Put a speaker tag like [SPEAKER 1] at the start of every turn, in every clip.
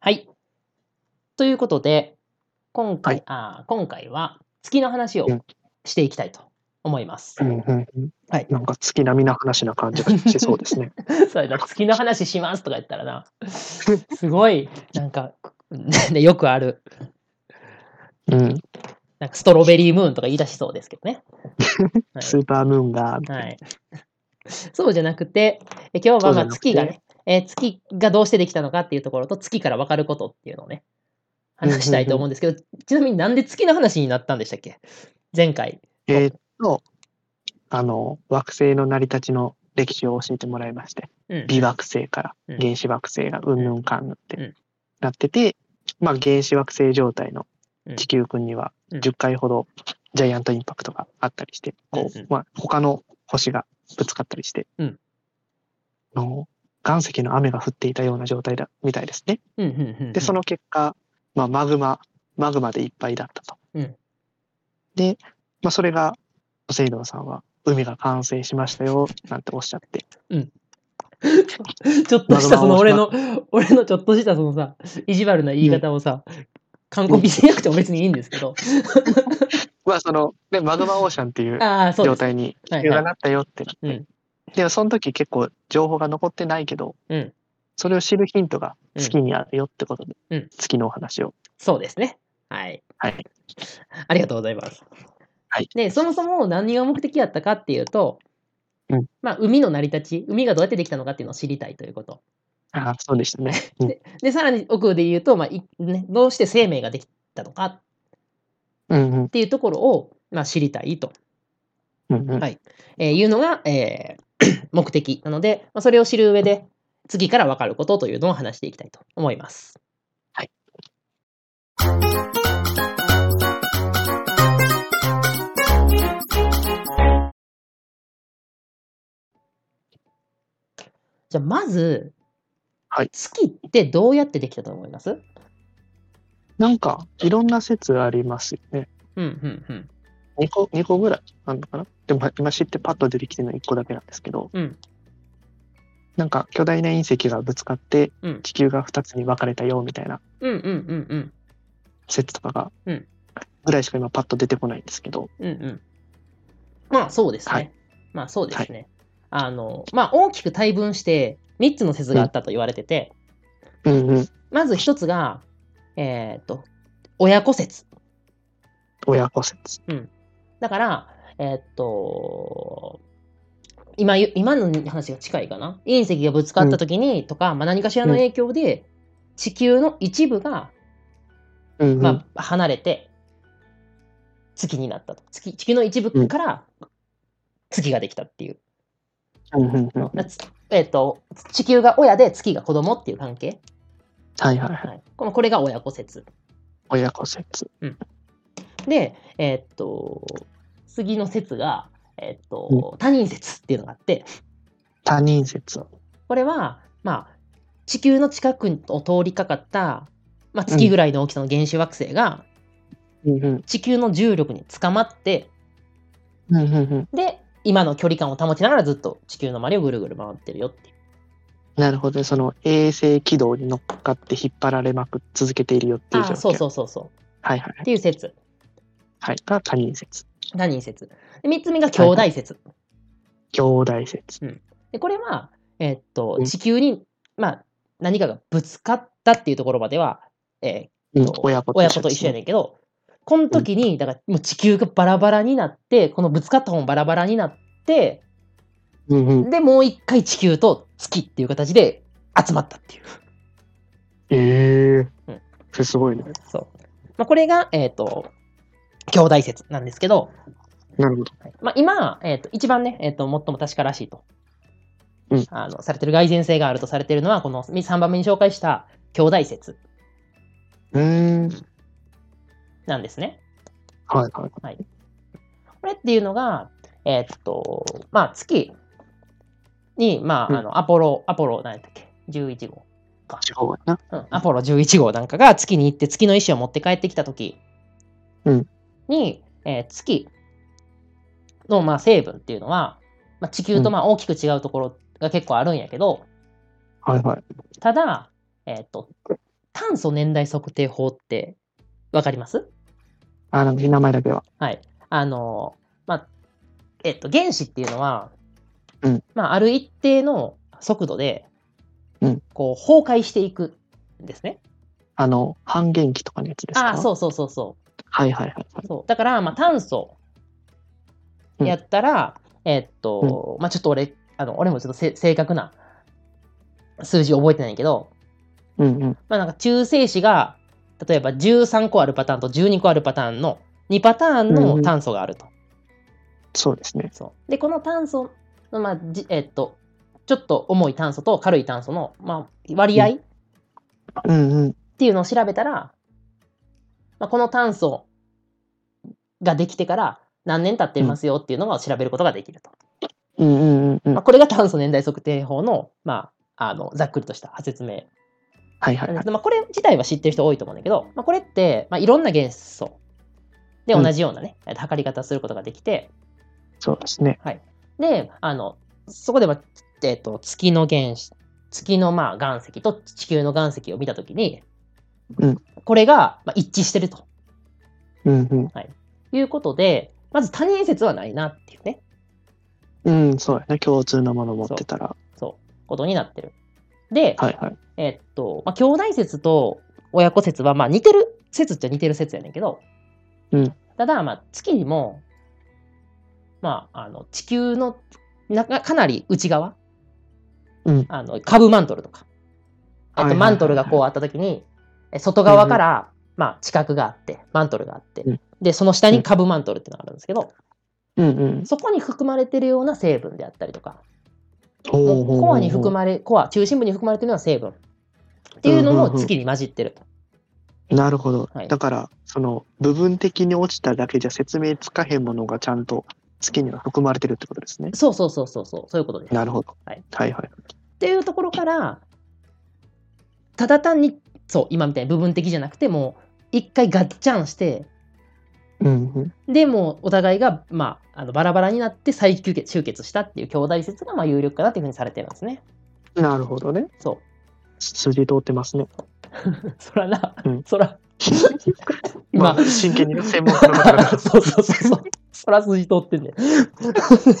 [SPEAKER 1] はい。ということで、今回、
[SPEAKER 2] はい
[SPEAKER 1] あー今回は月の話を
[SPEAKER 2] うん
[SPEAKER 1] していきたいと思います。
[SPEAKER 2] うんうんうん
[SPEAKER 1] はい。
[SPEAKER 2] なんか月並みな話な感じがしそうですね。
[SPEAKER 1] そうだ、月の話しますとか言ったらな、 すごい、なんか、 ねよくある、
[SPEAKER 2] うん。
[SPEAKER 1] なんかストロベリームーンとか言い出しそうですけど ね。はい
[SPEAKER 2] スーパームーンが、
[SPEAKER 1] はい。そうじゃなくて、え今日はまあ
[SPEAKER 2] そうじゃなくて
[SPEAKER 1] 月がね、えー月がどうしてできたのかっていうところと、月から分かることっていうのをね、話したいと思うんですけど、ちなみになんで月の話になったんでしたっけ前回。
[SPEAKER 2] えーっと、あの、惑星の成り立ちの歴史を教えてもらいまして、
[SPEAKER 1] うん。
[SPEAKER 2] 微惑星から
[SPEAKER 1] うん
[SPEAKER 2] 原子惑星がうんぬんかんぬん
[SPEAKER 1] う
[SPEAKER 2] っ
[SPEAKER 1] ん
[SPEAKER 2] てなってて、まあ原子惑星状態の
[SPEAKER 1] うん
[SPEAKER 2] 地球君には
[SPEAKER 1] うん
[SPEAKER 2] 10回ほどジャイアントインパクトがあったりして、こ
[SPEAKER 1] うんう、
[SPEAKER 2] うんまあ他の星がぶつかったりして、
[SPEAKER 1] うん
[SPEAKER 2] あの岩石の雨が降っていたような状態だみたいですね。
[SPEAKER 1] うんうんうんうん
[SPEAKER 2] で、その結果、まあ、マグマ、マグマでいっぱいだったと。
[SPEAKER 1] うん
[SPEAKER 2] で、まあ、それが、ポセイドンさんは、海が完成しましたよ、なんておっしゃって。
[SPEAKER 1] ちょっとしたその俺の、俺のちょっとしたそのさ、意地悪な言い方をさ、完コピしなくても別にいいんですけど、
[SPEAKER 2] まあ、その、ね、マグマオーシャンっていう
[SPEAKER 1] ああ、そうで
[SPEAKER 2] 状
[SPEAKER 1] す。
[SPEAKER 2] 態に
[SPEAKER 1] はい
[SPEAKER 2] 地球がなったよってなって。
[SPEAKER 1] うん
[SPEAKER 2] でも、その時結構情報が残ってないけど、
[SPEAKER 1] うん
[SPEAKER 2] それを知るヒントが月にあるよってことで、
[SPEAKER 1] うん
[SPEAKER 2] 月のお話を。
[SPEAKER 1] そうですね。はい。
[SPEAKER 2] はい。
[SPEAKER 1] ありがとうございます。
[SPEAKER 2] はい
[SPEAKER 1] で、そもそも何が目的やったかっていうと、
[SPEAKER 2] うん
[SPEAKER 1] まあ、海の成り立ち、海がどうやってできたのかっていうのを知りたいということ。
[SPEAKER 2] ああ、そうでしたね。うん
[SPEAKER 1] で、さらに奥で言うと、まあいね、どうして生命ができたのかっ
[SPEAKER 2] うんうん
[SPEAKER 1] ていうところを、まあ、知りたいと、
[SPEAKER 2] うんうん
[SPEAKER 1] はいえーいうのが、えー 目的なので、まあ、それを知る上で、次から分かることというのを話していきたいと思います。
[SPEAKER 2] はい。
[SPEAKER 1] じゃあ、まず、
[SPEAKER 2] はい
[SPEAKER 1] 月ってどうやってできたと思います
[SPEAKER 2] なんか、いろんな説ありますよね。
[SPEAKER 1] うんうんうん。
[SPEAKER 2] 2個、二個ぐらいあるのかなでもま今知ってパッと出てきてるのは1個だけなんですけど、
[SPEAKER 1] うん
[SPEAKER 2] なんか巨大な隕石がぶつかって
[SPEAKER 1] うん
[SPEAKER 2] 地球が2つに分かれたよみたいな
[SPEAKER 1] うんうんうんうん。
[SPEAKER 2] 説とかが、
[SPEAKER 1] うん
[SPEAKER 2] ぐらいしか今パッと出てこないんですけど、
[SPEAKER 1] うんうん。まあそうですね。
[SPEAKER 2] はい
[SPEAKER 1] まあそうですね。あの、まあ大きく大分して3つの説があったと言われてて、
[SPEAKER 2] うんうん、
[SPEAKER 1] まず1つが、えーっと、親子説。
[SPEAKER 2] 親子説。
[SPEAKER 1] だから、えーっと、今ゆ、今の話が近いかな。隕石がぶつかった時にとか、まあ何かしらの影響で、地球の一部が、
[SPEAKER 2] うんうん
[SPEAKER 1] まあ、離れて、月になったと。月、地球の一部から、月ができたっていう。
[SPEAKER 2] うんうんうんはい
[SPEAKER 1] つえっ、と、地球が親で月が子供っていう関係。
[SPEAKER 2] はいはい。
[SPEAKER 1] はい、このこれが親子説。
[SPEAKER 2] 親子説。
[SPEAKER 1] で、えっ、と、次の説が、えっ、
[SPEAKER 2] う
[SPEAKER 1] と、他人説っていうのがあって、
[SPEAKER 2] 他人説。
[SPEAKER 1] これは、まあ、地球の近くを通りかかった、まあ、月ぐらいの大きさの原子惑星が、
[SPEAKER 2] うんうん
[SPEAKER 1] 地球の重力に捕まって、
[SPEAKER 2] うんうんうん
[SPEAKER 1] で、今の距離感を保ちながらずっと地球の周りをぐるぐる回ってるよっていう。
[SPEAKER 2] なるほどね。その衛星軌道に乗っかって引っ張られまく続けているよっていう
[SPEAKER 1] あ
[SPEAKER 2] 状況。
[SPEAKER 1] あ、そうそうそうそう。
[SPEAKER 2] はいはい
[SPEAKER 1] っていう説。
[SPEAKER 2] はい。が他人説。
[SPEAKER 1] 他人説。で三つ目が兄弟説。
[SPEAKER 2] 兄弟説。
[SPEAKER 1] でこれは、えーっと
[SPEAKER 2] うん
[SPEAKER 1] 地球に、まあ、何かがぶつかったっていうところまでは、え
[SPEAKER 2] うん
[SPEAKER 1] そう
[SPEAKER 2] 親
[SPEAKER 1] ー
[SPEAKER 2] 子
[SPEAKER 1] 親子と一緒や
[SPEAKER 2] ね。
[SPEAKER 1] ねんけど、この時に、だからもう地球がバラバラになって、このぶつかった方もバラバラになって、
[SPEAKER 2] うんうん。
[SPEAKER 1] で、もう一回地球と月っていう形で集まったっていう。
[SPEAKER 2] ええ
[SPEAKER 1] うん
[SPEAKER 2] それすごいね。
[SPEAKER 1] そう。まあ、これが、えーっと、兄弟説なんですけど、
[SPEAKER 2] なるほど。
[SPEAKER 1] はいまあ、今、えーっと一番ね、えーっと最も確からしいと、
[SPEAKER 2] うん
[SPEAKER 1] あのされてる蓋然性があるとされてるのは、この3番目に紹介した兄弟説
[SPEAKER 2] うーん。
[SPEAKER 1] なんですね。
[SPEAKER 2] はいはい。
[SPEAKER 1] これっていうのが、えーっと、まあ、月に、ま
[SPEAKER 2] う
[SPEAKER 1] あ、
[SPEAKER 2] ん
[SPEAKER 1] あの、アポロ、アポロ、何やったっけ ?11 号。
[SPEAKER 2] 地方やな。
[SPEAKER 1] うん、アポロ11号なんかが月に行って月の石を持って帰ってきた時
[SPEAKER 2] うん
[SPEAKER 1] に、えー月の、まあ、成分っていうのは、まあ、地球と
[SPEAKER 2] うん
[SPEAKER 1] まあ大きく違うところが結構あるんやけど、
[SPEAKER 2] はいはい。
[SPEAKER 1] ただ、えーっと、炭炭素年代測定法ってわかります
[SPEAKER 2] あ、なんか名前だけは。
[SPEAKER 1] はい。あの、まあ、えっと、原子っていうのは、
[SPEAKER 2] うん
[SPEAKER 1] まあ、ある一定の速度で、
[SPEAKER 2] うん
[SPEAKER 1] こう、崩壊していくんですね。
[SPEAKER 2] あの、半減期とかのやつですか
[SPEAKER 1] ああ、
[SPEAKER 2] う。
[SPEAKER 1] そうそうそうそう。
[SPEAKER 2] はいはいはいはい。
[SPEAKER 1] そうだから、まあ、炭素
[SPEAKER 2] うん
[SPEAKER 1] やったら、えっと、まあ、ちょっと俺あの俺もちょっとせ正確な数字覚えてないけど、
[SPEAKER 2] うんうん。
[SPEAKER 1] まあ、なんか中性子が例えば13個あるパターンと12個あるパターンの2パターン
[SPEAKER 2] うんう
[SPEAKER 1] の
[SPEAKER 2] ん
[SPEAKER 1] 炭素があると。
[SPEAKER 2] そうですね。
[SPEAKER 1] そうでこの炭素の、まあじえっと、ちょっと重い炭素と軽い炭素の、まあ、割合
[SPEAKER 2] う
[SPEAKER 1] っ
[SPEAKER 2] うんうん。
[SPEAKER 1] ていうのを調べたら、まあ、この炭素ができてから何年経ってますよっていうのを調べることができると。
[SPEAKER 2] うんうんうんうん
[SPEAKER 1] まあ、。これが炭素年代測定法の,、まあ、あのざっくりとした説明
[SPEAKER 2] はいは
[SPEAKER 1] ないんです
[SPEAKER 2] は
[SPEAKER 1] け。
[SPEAKER 2] い
[SPEAKER 1] ど、まあ、これ自体は知ってる人多いと思うんだけど、まあ、これって、まあ、いろんな元素で
[SPEAKER 2] うん
[SPEAKER 1] 同じようなね、えっと測り方することができて
[SPEAKER 2] そうですね。
[SPEAKER 1] であのそこでは、えっと月の原子月のまあ岩石と地球の岩石を見たときに、
[SPEAKER 2] うん
[SPEAKER 1] これがまあ一致してると
[SPEAKER 2] うんうん。
[SPEAKER 1] いうことでまず他人説はないなっていうね
[SPEAKER 2] うん、そうやね。共通のもの持ってたら。
[SPEAKER 1] そうことになってる。で、
[SPEAKER 2] はいはい。
[SPEAKER 1] えっと、まあ、兄弟説と親子説は、まあ、似てる説っちゃ似てる説やねんけど、
[SPEAKER 2] うん
[SPEAKER 1] ただ、まあ、月にも、まあ、あの地球のなかかなり内側、
[SPEAKER 2] うん
[SPEAKER 1] あのカブマントルとか、え
[SPEAKER 2] はい
[SPEAKER 1] っと、
[SPEAKER 2] はいはいはい
[SPEAKER 1] マントルがこうあった時に、え外側から、まあ、地殻があって、マントルがあって、
[SPEAKER 2] うん
[SPEAKER 1] で、その下にカブマントルっていうのがあるんですけど、
[SPEAKER 2] うんうん。
[SPEAKER 1] そこに含まれてるような成分であったりとか、
[SPEAKER 2] ほうほう
[SPEAKER 1] コアに含
[SPEAKER 2] ま
[SPEAKER 1] まれ、コア、中心部に含まれてるような成分っていうの
[SPEAKER 2] うんうん
[SPEAKER 1] も
[SPEAKER 2] うん
[SPEAKER 1] 月に混じってると。
[SPEAKER 2] なるほど
[SPEAKER 1] はい。
[SPEAKER 2] だから、その、部分的に落ちただけじゃ説明つかへんものがちゃんと月には含まれてるってことですね。
[SPEAKER 1] そうそうそうそうそう、そういうことです。っ
[SPEAKER 2] なるほど。
[SPEAKER 1] はい
[SPEAKER 2] はいはい。
[SPEAKER 1] ていうところから、ただ単に、そう、今みたいに部分的じゃなくて、もう一回ガッチャンして、
[SPEAKER 2] うんうん。
[SPEAKER 1] でもうお互いが、まあ、あのバラバラになって再集結集結したっていう兄弟説がまあ有力かなというふうにされてるんですね。
[SPEAKER 2] なるほどね。
[SPEAKER 1] そう。
[SPEAKER 2] 筋通ってま すね。
[SPEAKER 1] そらな、
[SPEAKER 2] うん
[SPEAKER 1] そら、
[SPEAKER 2] ま
[SPEAKER 1] 今、
[SPEAKER 2] あ、真剣にね、専門家の方が
[SPEAKER 1] そうそうそうそう、そら筋通ってんね。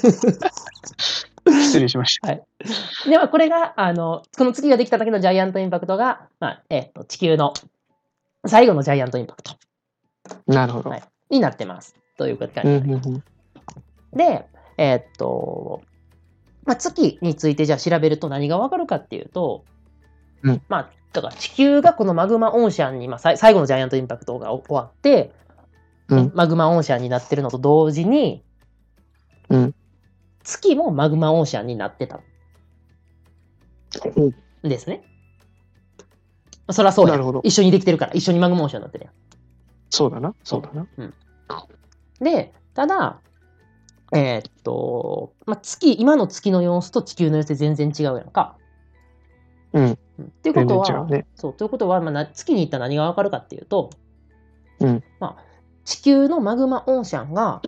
[SPEAKER 2] 失礼しました。
[SPEAKER 1] で、まあ、これが、あの、この次ができた時のジャイアントインパクトが、まあ、えっ、と、地球の最後のジャイアントインパクト
[SPEAKER 2] なるほど。
[SPEAKER 1] はいになってます。という感じ。
[SPEAKER 2] うんうんうん。
[SPEAKER 1] で、えっと、まあ、月についてじゃあ調べると何がわかるかっていうと、
[SPEAKER 2] うん
[SPEAKER 1] まあ、だから地球がこのマグマオンシャンに、まあ、さい最後のジャイアントインパクトが終わって、
[SPEAKER 2] うん
[SPEAKER 1] マグマオンシャンになってるのと同時に、
[SPEAKER 2] うん
[SPEAKER 1] 月もマグマオンシャンになってたんですね。まあそりゃそうや
[SPEAKER 2] なるほど
[SPEAKER 1] 一緒にできてるから、一緒にマグマオンシャンになってるやん
[SPEAKER 2] そうだな。そうだな。
[SPEAKER 1] で、ただ、えーっと、まあ、月、今の月の様子と地球の様子で全然違うやんか。
[SPEAKER 2] うん。
[SPEAKER 1] うんっていうこ
[SPEAKER 2] 全然
[SPEAKER 1] と
[SPEAKER 2] 違
[SPEAKER 1] は、
[SPEAKER 2] うね。
[SPEAKER 1] そう、ということは、まあな、月に行ったら何がわかるかっていうと、
[SPEAKER 2] うん
[SPEAKER 1] まあ、地球のマグマオンシャンが、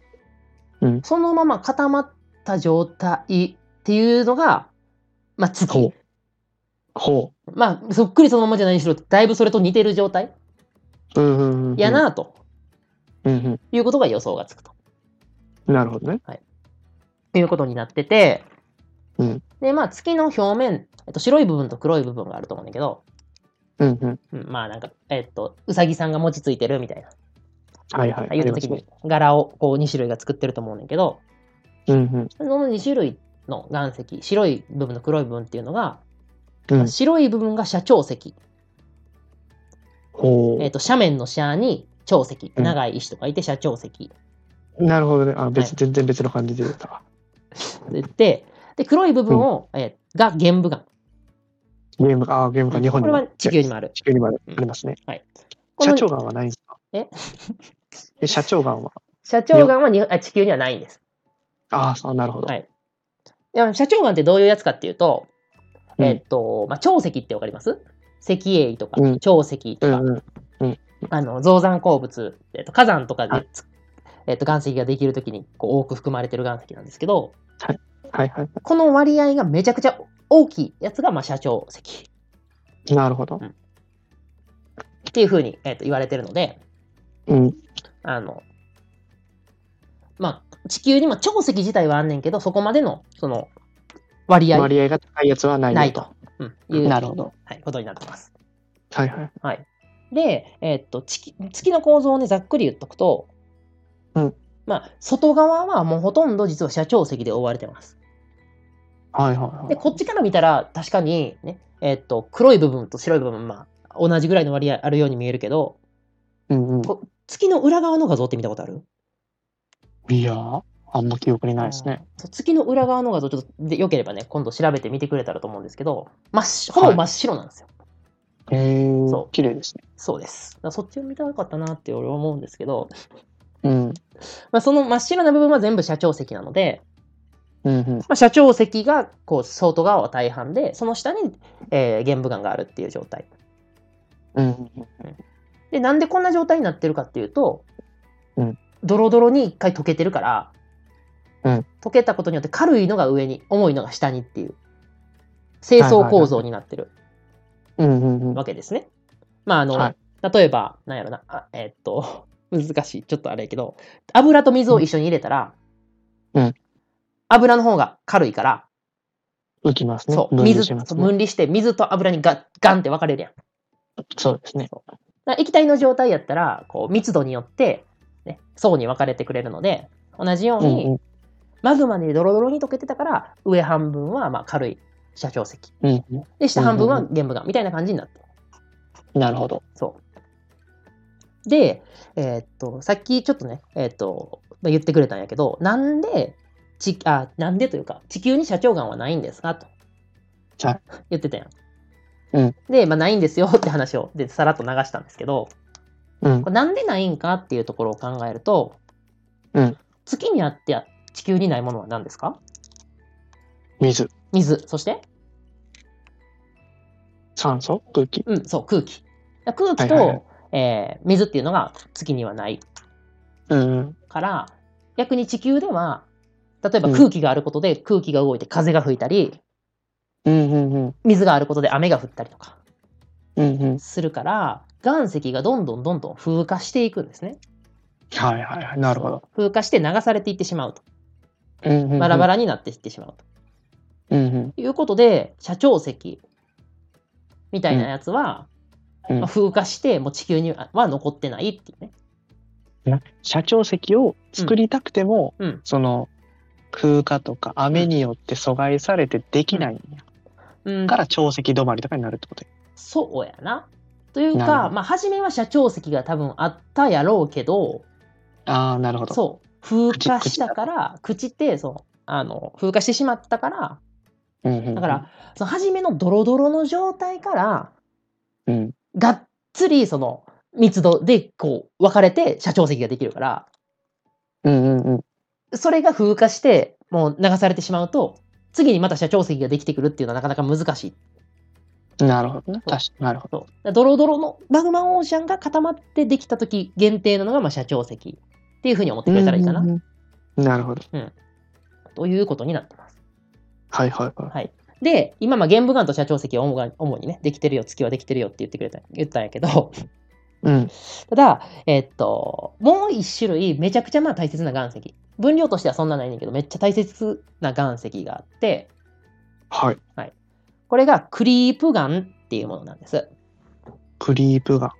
[SPEAKER 2] うん
[SPEAKER 1] そのまま固まった状態っていうのが、まあ、
[SPEAKER 2] ほ
[SPEAKER 1] 月
[SPEAKER 2] う。。ほ
[SPEAKER 1] まあ、そっくりそのままじゃないにしろ、だいぶそれと似てる状態
[SPEAKER 2] う。うんうんうん。
[SPEAKER 1] や。なあと
[SPEAKER 2] うん
[SPEAKER 1] いうことが予想がつくと。
[SPEAKER 2] うん。なるほどね。
[SPEAKER 1] っていうことになってて、
[SPEAKER 2] うん
[SPEAKER 1] で、まあ、月の表面、えっと、白い部分と黒い部分があると思うんだけど、
[SPEAKER 2] うんうん。
[SPEAKER 1] うんまあ、なんか、えっと、うさぎさんが餅ついてるみたいな、
[SPEAKER 2] はいはい。
[SPEAKER 1] 言った
[SPEAKER 2] あり
[SPEAKER 1] 時
[SPEAKER 2] ますね
[SPEAKER 1] に、柄をこう2種類が作ってると思うんだけど、
[SPEAKER 2] うん
[SPEAKER 1] その2種類の岩石、白い部分と黒い部分っていうのが、
[SPEAKER 2] うん。うん。
[SPEAKER 1] 白い部分が斜長石、
[SPEAKER 2] ほ
[SPEAKER 1] えっと、斜面の斜に長石、
[SPEAKER 2] うん
[SPEAKER 1] 長い石と書いて斜長石って
[SPEAKER 2] う。なるほどね。あ、別、
[SPEAKER 1] はい
[SPEAKER 2] 全然別の感じで言ったわ。
[SPEAKER 1] 言って、で、黒い部分を、えーが玄武岩。
[SPEAKER 2] ゲームが、あ、ゲームが日
[SPEAKER 1] こ
[SPEAKER 2] 本に
[SPEAKER 1] れ
[SPEAKER 2] も
[SPEAKER 1] は地球にもある。
[SPEAKER 2] 地球にもあるありますね。
[SPEAKER 1] こ
[SPEAKER 2] 社
[SPEAKER 1] の
[SPEAKER 2] 長岩はないんですか
[SPEAKER 1] え
[SPEAKER 2] え社長岩は。
[SPEAKER 1] 斜長岩はにあ地球にはないんです。
[SPEAKER 2] ああ、そう、なるほど。
[SPEAKER 1] はいいや、社長岩ってどういうやつかっていうと、
[SPEAKER 2] うん
[SPEAKER 1] えっと、まあ、長石ってわかります石英とか
[SPEAKER 2] うん、
[SPEAKER 1] 長石と
[SPEAKER 2] う
[SPEAKER 1] か、
[SPEAKER 2] んうん。
[SPEAKER 1] あの、造山鉱物、えっと、火山とかでつ、えっと、岩石ができるときにこう多く含まれてる岩石なんですけど、
[SPEAKER 2] はいは
[SPEAKER 1] この割合がめちゃくちゃ大きいやつが、まあ、社長石。
[SPEAKER 2] い。なるほど。
[SPEAKER 1] っていうふうに、えっと言われてるので、
[SPEAKER 2] うん。
[SPEAKER 1] あの、まあ、地球にも長石自体はあんねんけど、そこまでの、その、割合
[SPEAKER 2] 割合が高いやつはないよ
[SPEAKER 1] ないと。うん、いう
[SPEAKER 2] なるほど。
[SPEAKER 1] はい、ことになってます。
[SPEAKER 2] はいはい。
[SPEAKER 1] で、えっと月、月の構造をね、ざっくり言っとくと、
[SPEAKER 2] うん
[SPEAKER 1] まあ、外側はもうほとんど実は斜長石で覆われてます。
[SPEAKER 2] はいはいはい
[SPEAKER 1] で、。こっちから見たら、確かに、ね、えっと、黒い部分と白い部分、まあ、同じぐらいの割合あるように見えるけど、
[SPEAKER 2] うんうん
[SPEAKER 1] こ。月の裏側の画像って見たことある
[SPEAKER 2] いやー、あんま記憶にないですね。
[SPEAKER 1] そう月の裏側の画像、ちょっとでよければね、今度調べてみてくれたらと思うんですけど、真っ白ほぼ真っ白なんですよ。
[SPEAKER 2] へ
[SPEAKER 1] そ
[SPEAKER 2] ー
[SPEAKER 1] う、
[SPEAKER 2] 綺麗ですね。
[SPEAKER 1] そうです。だからそっちを見たかったなって俺は思うんですけど、
[SPEAKER 2] うん。
[SPEAKER 1] まあ、その真っ白な部分は全部斜長石なので、
[SPEAKER 2] うんうん。
[SPEAKER 1] まあ、斜長石がこう外側は大半で、その下に、えー、玄武岩があるっていう状態。
[SPEAKER 2] うん
[SPEAKER 1] で、なんでこんな状態になってるかっていうと、
[SPEAKER 2] うん
[SPEAKER 1] ドロドロに一回溶けてるから、
[SPEAKER 2] うん
[SPEAKER 1] 溶けたことによって軽いのが上に、重いのが下にっていう、清掃構造になってる。
[SPEAKER 2] うんうんうん。
[SPEAKER 1] わけですね。まあ、あの、
[SPEAKER 2] はい
[SPEAKER 1] 例えば、なんやろな、あえーっと、 難しい、ちょっとあれやけど、油と水を一緒に入れたら、
[SPEAKER 2] うん
[SPEAKER 1] 油の方が軽いから、
[SPEAKER 2] 浮きますね。
[SPEAKER 1] そう、
[SPEAKER 2] 分離
[SPEAKER 1] 水
[SPEAKER 2] します
[SPEAKER 1] と
[SPEAKER 2] ね。
[SPEAKER 1] 分離して、水と油にガガンって分かれるやん。
[SPEAKER 2] そうですね。
[SPEAKER 1] だから液体の状態やったら、こう、密度によって、ね、層に分かれてくれるので、同じよう
[SPEAKER 2] うん
[SPEAKER 1] に、
[SPEAKER 2] うん。
[SPEAKER 1] マグマでドロドロに溶けてたから、上半分はまあ軽い斜長石。
[SPEAKER 2] うん
[SPEAKER 1] で、下半分は玄武岩みたいな感じになってる
[SPEAKER 2] うん。なるほど。
[SPEAKER 1] そう。で、えーっと、さっきちょっとね、えーっと、まあ、言ってくれたんやけど、なんで、ちあなんでというか、地球に社長岩はないんですかと
[SPEAKER 2] はい
[SPEAKER 1] 言ってたやん。
[SPEAKER 2] うん
[SPEAKER 1] で、まあ、ないんですよって話をでさらっと流したんですけど、
[SPEAKER 2] うん
[SPEAKER 1] こ。れなんでないんかっていうところを考えると、
[SPEAKER 2] うん
[SPEAKER 1] 月にあってあ地球にないものは何ですか
[SPEAKER 2] 水、
[SPEAKER 1] 水、そして、
[SPEAKER 2] 酸素、空気。
[SPEAKER 1] うん、そう、空気。空気と、
[SPEAKER 2] はいはいはい
[SPEAKER 1] えー水っていうのが月にはない。
[SPEAKER 2] うんうん。
[SPEAKER 1] から逆に地球では例えば
[SPEAKER 2] うん
[SPEAKER 1] 空気があることで空気が動いて風が吹いたり、
[SPEAKER 2] うんうんうん。
[SPEAKER 1] 水があることで雨が降ったりとか
[SPEAKER 2] うんうん。
[SPEAKER 1] するから岩石がどんどんどんどん風化していくんですね
[SPEAKER 2] はいはいはい。なるほど。
[SPEAKER 1] 風化して流されていってしまうと
[SPEAKER 2] うんうんうん。
[SPEAKER 1] バラバ。ラになっていってしまう
[SPEAKER 2] うんうん。
[SPEAKER 1] ということで斜長石みたいなやつは、
[SPEAKER 2] うん
[SPEAKER 1] まあ、風化してもう地球にはは残ってないっていうね
[SPEAKER 2] 社長席を作りたくても、
[SPEAKER 1] うんうん
[SPEAKER 2] その風化とか雨によって阻害されてできないんや、
[SPEAKER 1] うん
[SPEAKER 2] から潮石止まりとかになるってことや
[SPEAKER 1] そうやなという
[SPEAKER 2] なるほ
[SPEAKER 1] か
[SPEAKER 2] ど
[SPEAKER 1] まあ初めは斜長石が多分あったやろうけど
[SPEAKER 2] ああなるほど
[SPEAKER 1] そう風化したから朽ちてそうあの風化してしまったから
[SPEAKER 2] う、んうんうん、
[SPEAKER 1] だから、その初めのドロドロの状態から
[SPEAKER 2] うん、
[SPEAKER 1] がっつりその密度でこう分かれて斜長石ができるから
[SPEAKER 2] うんうんうん
[SPEAKER 1] それが風化してもう流されてしまうと次にまた斜長石ができてくるっていうのはなかなか難しい
[SPEAKER 2] なるほどね確かなるほ
[SPEAKER 1] そうだからドロドロのマグマオーシャンが固まってできた時限定なのがまあ斜長石っていうふうに思って
[SPEAKER 2] ど
[SPEAKER 1] くれたらいいかな、
[SPEAKER 2] うんうんうんなるほど
[SPEAKER 1] ということになってます。
[SPEAKER 2] はいはいはい
[SPEAKER 1] で、今、まあ、玄武岩と社長石は主が主にね、できてるよ、月はできてるよって言ってくれた、言ったんやけど、
[SPEAKER 2] うん
[SPEAKER 1] ただ、えっと、もう一種類、めちゃくちゃまあ大切な岩石。分量としてはそんなないねんけど、めっちゃ大切な岩石があって、
[SPEAKER 2] はい
[SPEAKER 1] これがクリープ岩っていうものなんです。
[SPEAKER 2] クリープが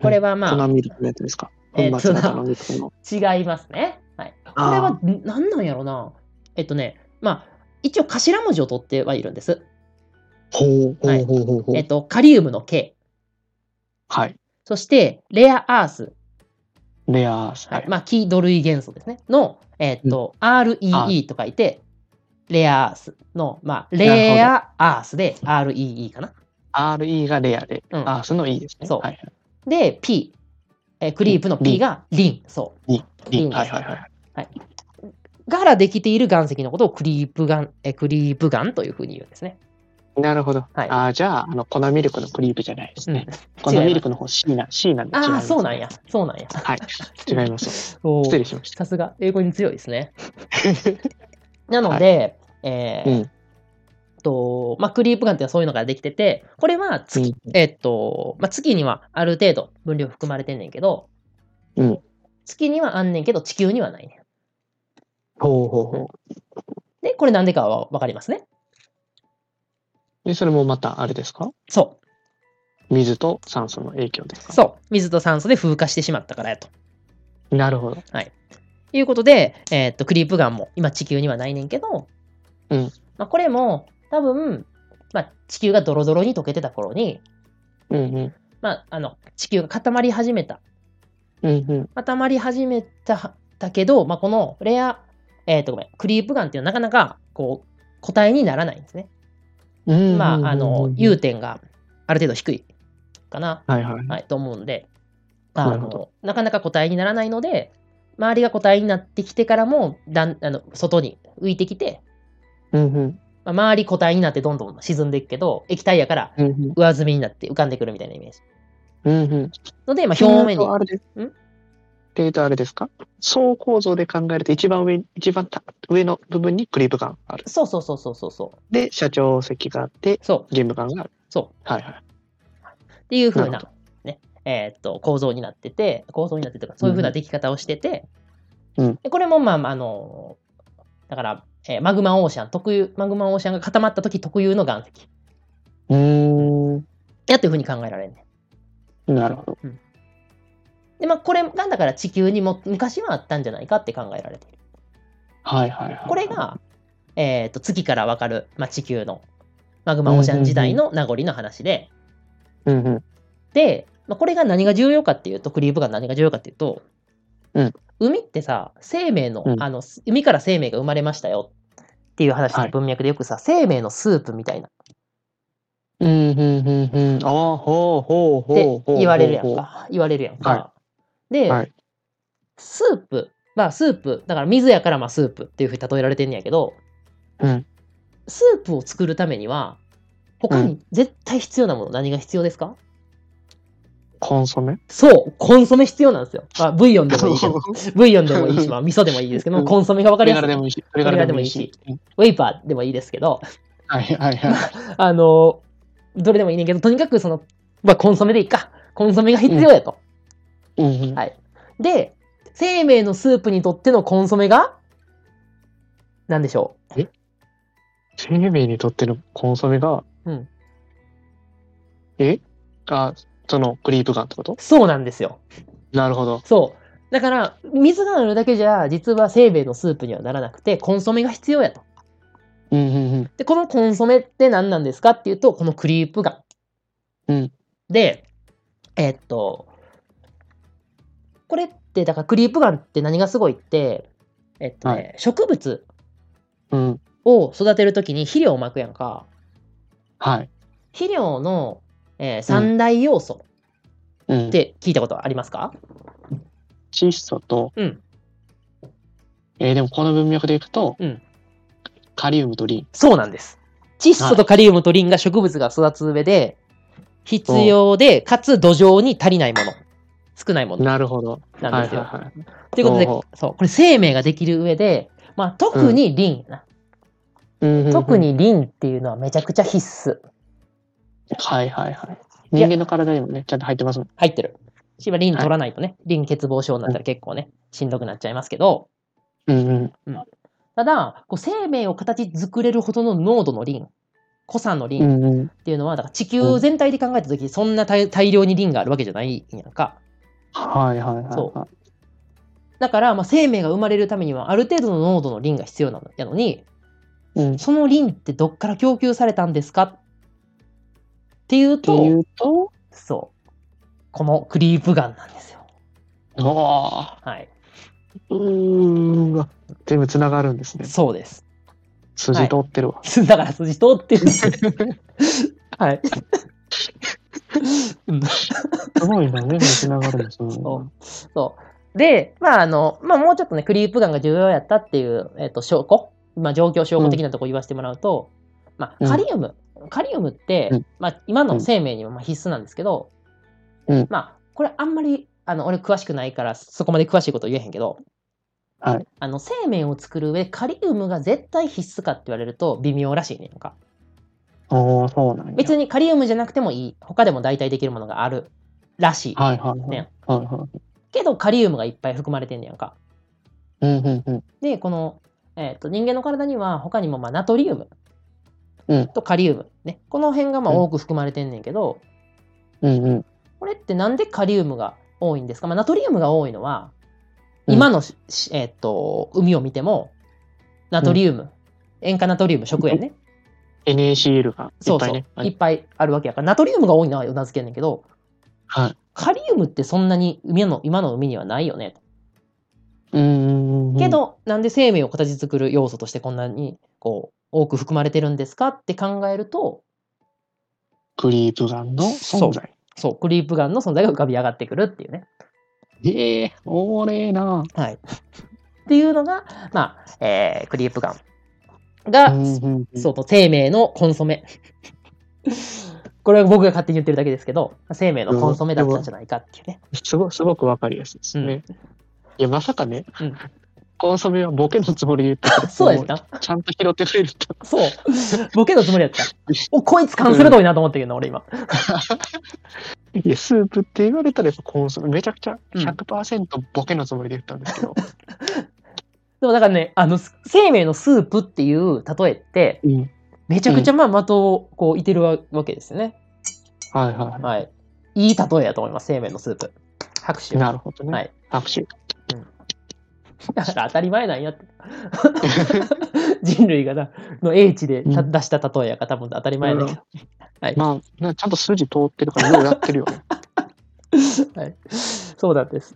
[SPEAKER 1] これはま
[SPEAKER 2] 粉
[SPEAKER 1] あ、
[SPEAKER 2] ミルクのやつですか
[SPEAKER 1] えー
[SPEAKER 2] 粉末の
[SPEAKER 1] 粉
[SPEAKER 2] 粉ミ ルクの
[SPEAKER 1] 違いますね。はい。これ
[SPEAKER 2] あ
[SPEAKER 1] は、何なんやろな。えっとね、まあ、一応頭文字を取ってはいるんです。
[SPEAKER 2] ーほうほ
[SPEAKER 1] はいう
[SPEAKER 2] ほうほうほう
[SPEAKER 1] えっと、カリウムの K、
[SPEAKER 2] はい
[SPEAKER 1] そして、レアアース、
[SPEAKER 2] レアース
[SPEAKER 1] はい、まあ、キード類元素ですね。の、えーっと、REE と書いて、レアアースの、まあ、
[SPEAKER 2] るほど
[SPEAKER 1] レアアースで REE かな。
[SPEAKER 2] RE がレアで、
[SPEAKER 1] うん
[SPEAKER 2] アースの E ですね
[SPEAKER 1] そう
[SPEAKER 2] はいはい
[SPEAKER 1] で、P、えークリープの
[SPEAKER 2] リ
[SPEAKER 1] P
[SPEAKER 2] ン
[SPEAKER 1] がリン、そ
[SPEAKER 2] E
[SPEAKER 1] いいね
[SPEAKER 2] はいはいはい。
[SPEAKER 1] う。がらできている岩石のことをクリープ岩、えークリープ岩というふうに言うんですね。
[SPEAKER 2] なるほど。
[SPEAKER 1] はい
[SPEAKER 2] ああ、じゃあ、あの、粉ミルクのクリープじゃないですね。粉ミルクの方 C な、C なんで違い
[SPEAKER 1] あ
[SPEAKER 2] ま
[SPEAKER 1] あ、
[SPEAKER 2] す。
[SPEAKER 1] そうなんや。。そうなんや。
[SPEAKER 2] はい。違います。
[SPEAKER 1] おー
[SPEAKER 2] 失礼しました。
[SPEAKER 1] さす が、英語に強いですね。なので、えー
[SPEAKER 2] うん
[SPEAKER 1] と、まあ、クリープガンっていうのはそういうのができてて、これは月、
[SPEAKER 2] うん
[SPEAKER 1] えっと、まあ、月にはある程度分量含まれてんねんけど、
[SPEAKER 2] うん
[SPEAKER 1] 月にはあんねんけど、地球にはないね
[SPEAKER 2] ほうほうほ
[SPEAKER 1] ん。で、これなんでかはわかりますね。
[SPEAKER 2] う。で、それもまたあれですか
[SPEAKER 1] そ
[SPEAKER 2] 水と酸素の影響です
[SPEAKER 1] う、
[SPEAKER 2] か
[SPEAKER 1] そう。水と酸素で風化してしまったからやと。
[SPEAKER 2] なるほど。
[SPEAKER 1] ということで、えーっと、クリープガンも今地球にはないねんけど、
[SPEAKER 2] うん
[SPEAKER 1] まあ、これも多分、まあ、地球がドロドロに溶けてた頃に、
[SPEAKER 2] うんうん。
[SPEAKER 1] まあ、あの地球が固まり始めた。
[SPEAKER 2] うんうん。
[SPEAKER 1] 固まり始めただけど、まあ、このレア、えーっとごめん、クリープガンっていうのはなかなかこう個体にならないんですね。
[SPEAKER 2] うんうんうんうん
[SPEAKER 1] まあ、あの、融点がある程度低いかな、
[SPEAKER 2] はいはい。
[SPEAKER 1] はい、と思うんで、あ
[SPEAKER 2] なるほ
[SPEAKER 1] のなかなか個体にならないので、周りが個体になってきてからもだんあの外に浮いてきて、
[SPEAKER 2] うんうん。
[SPEAKER 1] まあ、周り個体になってどんどん沈んでいくけど、液体やから
[SPEAKER 2] うんうん。
[SPEAKER 1] 上積みになって浮かんでくるみたいなイメージ。
[SPEAKER 2] うんうん。
[SPEAKER 1] ので、まあ、表面
[SPEAKER 2] っていう
[SPEAKER 1] に
[SPEAKER 2] とあれです。
[SPEAKER 1] ん
[SPEAKER 2] っていうとあれですか層構造で考えると一番上、一番た上の部分にクリープガンがある。
[SPEAKER 1] そうそうそうそうそうそう
[SPEAKER 2] で、社長席があって、
[SPEAKER 1] そう
[SPEAKER 2] ゲームガンがある。
[SPEAKER 1] そ
[SPEAKER 2] はいはい。
[SPEAKER 1] うっていう風な
[SPEAKER 2] なる
[SPEAKER 1] ねえーっと構造になってて構造になってとかそういう風な出来方をしてて、
[SPEAKER 2] うん
[SPEAKER 1] でこれもまあまああのだから、えーマグマオーシャン特有マグマオーシャンが固まった時特有の岩石
[SPEAKER 2] うーん。
[SPEAKER 1] やっていう風に考えられるね
[SPEAKER 2] なるほど。
[SPEAKER 1] でまあこれがだから地球にも昔はあったんじゃないかって考えられている
[SPEAKER 2] はいはいはい。
[SPEAKER 1] これ、が、えーっと月からわかる、まあ、地球のマグマオーシャン時代の名残の話で、
[SPEAKER 2] うんうん。
[SPEAKER 1] で、まあ、これが何が重要かっていうと、クリープが何が重要かっていうと、
[SPEAKER 2] うん
[SPEAKER 1] 海ってさ、生命の、
[SPEAKER 2] うん
[SPEAKER 1] あの、海から生命が生まれましたよっていう話
[SPEAKER 2] は
[SPEAKER 1] の
[SPEAKER 2] い
[SPEAKER 1] 文脈でよくさ、生命のスープみたいなっ
[SPEAKER 2] うんうんうんうん。ああ、ほうほうほう
[SPEAKER 1] て
[SPEAKER 2] ほうほう。
[SPEAKER 1] 言われるやん。か。言われるやんか。
[SPEAKER 2] は
[SPEAKER 1] で、
[SPEAKER 2] はい
[SPEAKER 1] スープ、まあスープ、だから水やからまあスープっていうふうに例えられてんねやけど、
[SPEAKER 2] うん
[SPEAKER 1] スープを作るためには、他に絶対必要なもの、何が必要ですか
[SPEAKER 2] コンソメ
[SPEAKER 1] そう、コンソメ必要なんですよ。まあ、ブイヨンでもいいけど、ブイヨンでもいいし、まあ、味噌でもいいですけど、
[SPEAKER 2] うん
[SPEAKER 1] コンソメが分
[SPEAKER 2] こ
[SPEAKER 1] かり
[SPEAKER 2] れ
[SPEAKER 1] やす
[SPEAKER 2] から
[SPEAKER 1] い。
[SPEAKER 2] で
[SPEAKER 1] ウ
[SPEAKER 2] もいいし。これからでもいいし。うん
[SPEAKER 1] ェイパーでもいいですけど、
[SPEAKER 2] はいはいはい。
[SPEAKER 1] あのどれでもいいねんけど、とにかくその、まあ、コンソメでいいか。コンソメが必要やと。
[SPEAKER 2] うんうん
[SPEAKER 1] はいで、生命のスープにとってのコンソメが、なんでしょ
[SPEAKER 2] 生命にとってのコンソメが、
[SPEAKER 1] うん
[SPEAKER 2] えあ、そのクリープガンってこと
[SPEAKER 1] う。そうなんですよ。
[SPEAKER 2] なるほど。
[SPEAKER 1] そう。だから、水があるだけじゃ、実は生命のスープにはならなくて、コンソメが必要やと。
[SPEAKER 2] うんうん
[SPEAKER 1] で、このコンソメって何なんですかっていうと、このクリープガン。
[SPEAKER 2] うん
[SPEAKER 1] で、えっと、これって、だからクリープガンって何がすごいって、えっとね、
[SPEAKER 2] は
[SPEAKER 1] 植物
[SPEAKER 2] うん。うん。
[SPEAKER 1] を育てるときに肥料をまくやんか、
[SPEAKER 2] はい。
[SPEAKER 1] 肥料の、えー三大要素
[SPEAKER 2] うん
[SPEAKER 1] っ、て聞いたことありますか、
[SPEAKER 2] 窒素と、
[SPEAKER 1] うん
[SPEAKER 2] えーでもこの文脈でいくと、
[SPEAKER 1] うん
[SPEAKER 2] カリウムとリン。
[SPEAKER 1] そうなんです。窒素とカリウムとリンが植物が育つ上で必要で、かつ土壌に足りないもの、少ないもの
[SPEAKER 2] なるほど。
[SPEAKER 1] なんですよ。
[SPEAKER 2] はいはいはい。
[SPEAKER 1] ということ
[SPEAKER 2] ほうほ
[SPEAKER 1] で、そう、これ生命ができる上で、まあ特にリンやな、
[SPEAKER 2] うんうんうん
[SPEAKER 1] 特。にリンっていうのはめちゃくちゃ必須。
[SPEAKER 2] はいはいはい。
[SPEAKER 1] いや
[SPEAKER 2] 人間の体にもね、ちゃんと入ってますもん。
[SPEAKER 1] 入ってる。しばリン取らないとね、リン欠乏症になったら結構ね、しんどくなっちゃいますけど、
[SPEAKER 2] うんうん。
[SPEAKER 1] ただ、こう生命を形作れるほどの濃度のリン、濃さのリ
[SPEAKER 2] う
[SPEAKER 1] ンっ
[SPEAKER 2] んうん。
[SPEAKER 1] ていうのは、だから地球全体で考えたとき、そんな大大量にリンがあるわけじゃないんやんか。
[SPEAKER 2] はいはいはいはい。
[SPEAKER 1] そだから、まあ、生命が生まれるためには、ある程度の濃度のリンが必要なのやのに、
[SPEAKER 2] うん。っ
[SPEAKER 1] そのリンってどっから供給されたんですかっていう
[SPEAKER 2] て
[SPEAKER 1] と、
[SPEAKER 2] いうと、
[SPEAKER 1] そう。このクリープガンなんですよ。
[SPEAKER 2] おー
[SPEAKER 1] はい。
[SPEAKER 2] うーんわ全部つながるんですね。
[SPEAKER 1] そうです。
[SPEAKER 2] 筋通ってるわ。
[SPEAKER 1] だから筋通ってる。 はい。
[SPEAKER 2] すごいな、全部つながるんです ね。
[SPEAKER 1] そうそう。で、まあ、あの、まあ、もうちょっとね、クリープガンが重要やったっていう、えっ、と、証拠、まあ、状況証拠的なとこ言わせてもらうと、ま
[SPEAKER 2] うん
[SPEAKER 1] あ、カリウム、カリウムって、
[SPEAKER 2] うん
[SPEAKER 1] まあ、今の生命にもまあ必須なんですけど、
[SPEAKER 2] うん
[SPEAKER 1] まあ、これあんまり、あの、俺詳しくないから、そこまで詳しいこと言えへんけど、
[SPEAKER 2] はい
[SPEAKER 1] あの、生命を作る上、カリウムが絶対必須かって言われると微妙らしいねんか。
[SPEAKER 2] おおそうなんや。
[SPEAKER 1] 別にカリウムじゃなくてもいい他でも代替できるものがあるらしい
[SPEAKER 2] はいはいはい。
[SPEAKER 1] ね
[SPEAKER 2] はいはい。
[SPEAKER 1] けどカリウムがいっぱい含まれてんねやんか
[SPEAKER 2] うんうんうん。
[SPEAKER 1] でこの、えー、と人間の体には他にもまあナトリウム
[SPEAKER 2] うん
[SPEAKER 1] とカリウム、ね、この辺がまあ
[SPEAKER 2] うん
[SPEAKER 1] 多く含まれてんねんけど、
[SPEAKER 2] うんうん。
[SPEAKER 1] これってなんでカリウムが多いんですか、まあ、ナトリウムが多いのは
[SPEAKER 2] うん
[SPEAKER 1] 今のし、しえー、と海を見てもナトリウム、塩化ナトリウム食塩ね
[SPEAKER 2] NACL がい
[SPEAKER 1] そ
[SPEAKER 2] っ
[SPEAKER 1] う
[SPEAKER 2] ぱ
[SPEAKER 1] そ
[SPEAKER 2] いうね。はい
[SPEAKER 1] っぱいあるわけやからナトリウムが多いのはうなずけんねんけど
[SPEAKER 2] はい。
[SPEAKER 1] カリウムってそんなに海の今の海にはないよねと
[SPEAKER 2] うんうんうん。
[SPEAKER 1] け、ど、なんで生命を形作る要素としてこんなにこう多く含まれてるんですかって考えると
[SPEAKER 2] クリープガンの存在。
[SPEAKER 1] そうクリープガンの存在が浮かび上がってくるっていうね。
[SPEAKER 2] ええおーれーな。
[SPEAKER 1] はい、っていうのが、まあえークリープガンが、
[SPEAKER 2] うんうんうん
[SPEAKER 1] そうと生命のコンソメ。 これは僕が勝手に言ってるだけですけど生命のコンソメだったんじゃないかっていうね。
[SPEAKER 2] すごすごくわかりやすいですね。いや、まさかね、
[SPEAKER 1] うん
[SPEAKER 2] コンソメはボケのつもりで言ってた
[SPEAKER 1] そうやった。
[SPEAKER 2] ちゃんと拾ってくれると。
[SPEAKER 1] そう。ボケのつもりやった。おこいつ感鋭いなと思ってるの俺今。
[SPEAKER 2] いや、スープって言われたらやっぱコンソメ、めちゃくちゃ
[SPEAKER 1] うん
[SPEAKER 2] 100%ボケのつもりで言ったんですけど。
[SPEAKER 1] でもだからね、あの、す生命のスープっていう例えって、
[SPEAKER 2] うん。
[SPEAKER 1] めちゃくちゃまあ的をこういてるわけですよね。
[SPEAKER 2] はいはいは
[SPEAKER 1] はい。いい例えやと思います、生命のスープ。拍
[SPEAKER 2] い。
[SPEAKER 1] 手。
[SPEAKER 2] なるほどね。
[SPEAKER 1] はい。
[SPEAKER 2] 拍手。
[SPEAKER 1] だから当たり前なんやって。人類がな、の英知でた
[SPEAKER 2] うん
[SPEAKER 1] 出した例えやから多分当たり前だけど。はい。
[SPEAKER 2] まあ、なちゃんと筋通ってるから、ようやってる よね。
[SPEAKER 1] はい。そうなんです。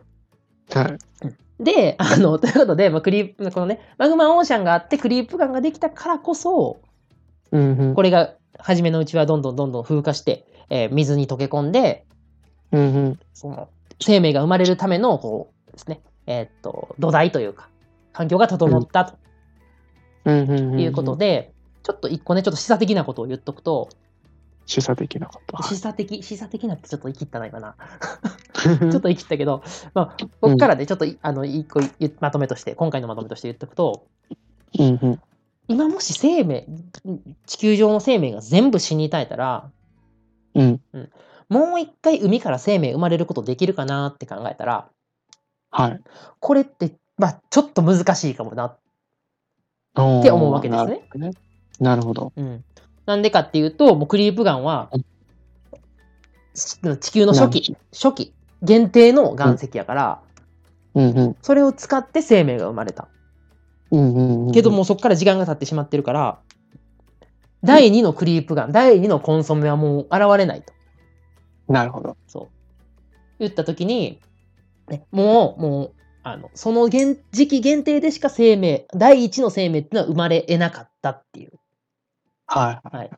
[SPEAKER 2] はい。
[SPEAKER 1] で、あの、 ということで、まあ、クリープ、このね、マグマオーシャンがあって、クリープガンができたからこそ、
[SPEAKER 2] うんうん。
[SPEAKER 1] これが初めのうちはどんどんどんどん風化して、えー水に溶け込んで
[SPEAKER 2] うんうん。
[SPEAKER 1] その生命が生まれるためのこうですねえーっと土台というか環境が整ったと
[SPEAKER 2] うんうんうんん
[SPEAKER 1] いうこと。で、ちょっと一個ねちょっと示唆的なことを言っとくと
[SPEAKER 2] 示唆できなかった。
[SPEAKER 1] 示唆的示唆的なってちょっと言い切ったないかな
[SPEAKER 2] ち
[SPEAKER 1] ちょっと言い切ったけど、まあ、ここからでちょっといあの一個言まとめとして今回のまとめとして言っとくと
[SPEAKER 2] うんうん。
[SPEAKER 1] 今もし生命地球上の生命が全部死に絶えたら
[SPEAKER 2] うん。
[SPEAKER 1] もう一回海から生命生まれることできるかなって考えたら
[SPEAKER 2] はい。
[SPEAKER 1] これって、まあ、ちょっと難しいかもな。
[SPEAKER 2] っ
[SPEAKER 1] って思うわけですね。
[SPEAKER 2] なるほど。
[SPEAKER 1] うん。なんでかっていうと、もうクリープガンは
[SPEAKER 2] う、
[SPEAKER 1] し地球の初期、初期、限定の岩石やから、
[SPEAKER 2] うんうん。
[SPEAKER 1] それを使って生命が生まれた。
[SPEAKER 2] うんうんうん。
[SPEAKER 1] けどもうそこから時間が経ってしまってるから、第2のクリープガン、第2のコンソメはもう現れないと。
[SPEAKER 2] なるほど。
[SPEAKER 1] そう。言った時に、ね、もう、もう、あの、その限時期限定でしか生命、第1の生命っていうのは生まれ得なかったっていう。
[SPEAKER 2] はい。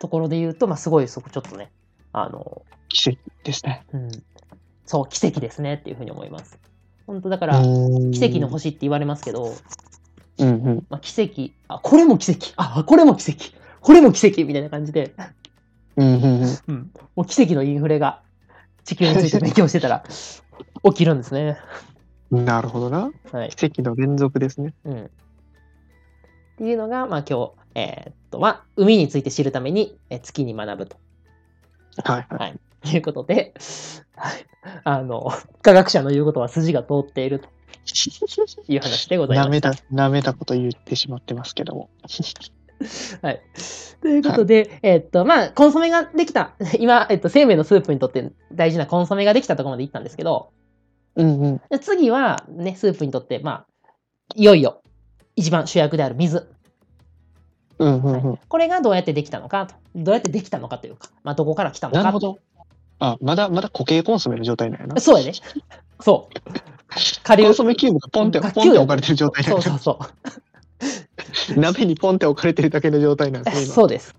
[SPEAKER 1] ところで言うと、まあ、すごいそこちょっとね、あの、
[SPEAKER 2] 奇跡ですね。
[SPEAKER 1] うん、そう、奇跡ですねっていうふうに思います。本当だから、
[SPEAKER 2] 奇
[SPEAKER 1] 奇跡の。星って言われますけど、
[SPEAKER 2] うんうん。
[SPEAKER 1] まあ、奇跡、あ、これも奇跡、あ、これも奇跡、これも奇跡みたいな感じで、
[SPEAKER 2] うんうんうん。
[SPEAKER 1] うん、もう奇跡のインフレが地球について勉強してたら 起きるんですね。
[SPEAKER 2] なるほどな。
[SPEAKER 1] はい。
[SPEAKER 2] 奇跡の連続ですね。
[SPEAKER 1] うん。っていうのが、まあ、今日、えーっと、まあ、海について知るために、え月に学ぶと。
[SPEAKER 2] はいはい。
[SPEAKER 1] ということで、はいあの、科学者の言うことは筋が通っているという 話でござい
[SPEAKER 2] な
[SPEAKER 1] ま
[SPEAKER 2] め、
[SPEAKER 1] した
[SPEAKER 2] なめたこと言ってしまってますけども。
[SPEAKER 1] す。はい、ということで、えっと、まあ、コンソメができた、今、えっと、生命のスープにとって大事なコンソメができたところまで行ったんですけど、
[SPEAKER 2] うんうん。
[SPEAKER 1] 次は、ね、スープにとって、まあ、いよいよ、一番主役である水。
[SPEAKER 2] うんうんうん。
[SPEAKER 1] これがどうやってできたのかと。どうやってできたのかというか、まあ、どこから来たのか。
[SPEAKER 2] なるほど。あ、まだまだ固形コンソメの状態なんやな。
[SPEAKER 1] そうやね。そう。下
[SPEAKER 2] コンソメキューブがポンって、ポンって置かれてる状態なん
[SPEAKER 1] そう
[SPEAKER 2] や
[SPEAKER 1] そう そう。
[SPEAKER 2] な。鍋にポンって置かれてるだけの状態なんですね。今
[SPEAKER 1] そうです。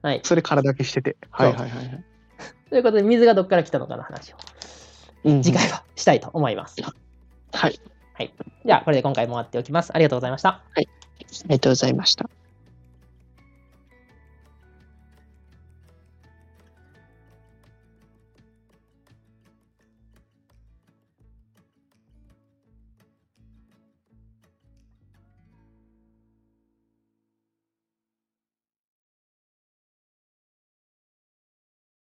[SPEAKER 1] はい。
[SPEAKER 2] それ空だけしてて。
[SPEAKER 1] そ
[SPEAKER 2] は
[SPEAKER 1] う
[SPEAKER 2] いはいはいはい。
[SPEAKER 1] ということで、水がどこから来たのかの話を
[SPEAKER 2] うんうん
[SPEAKER 1] 次回はしたいと思います。
[SPEAKER 2] はい。
[SPEAKER 1] じゃあ、これで今回も終わっておきます。ありがとうございました。
[SPEAKER 2] ありがとうございました。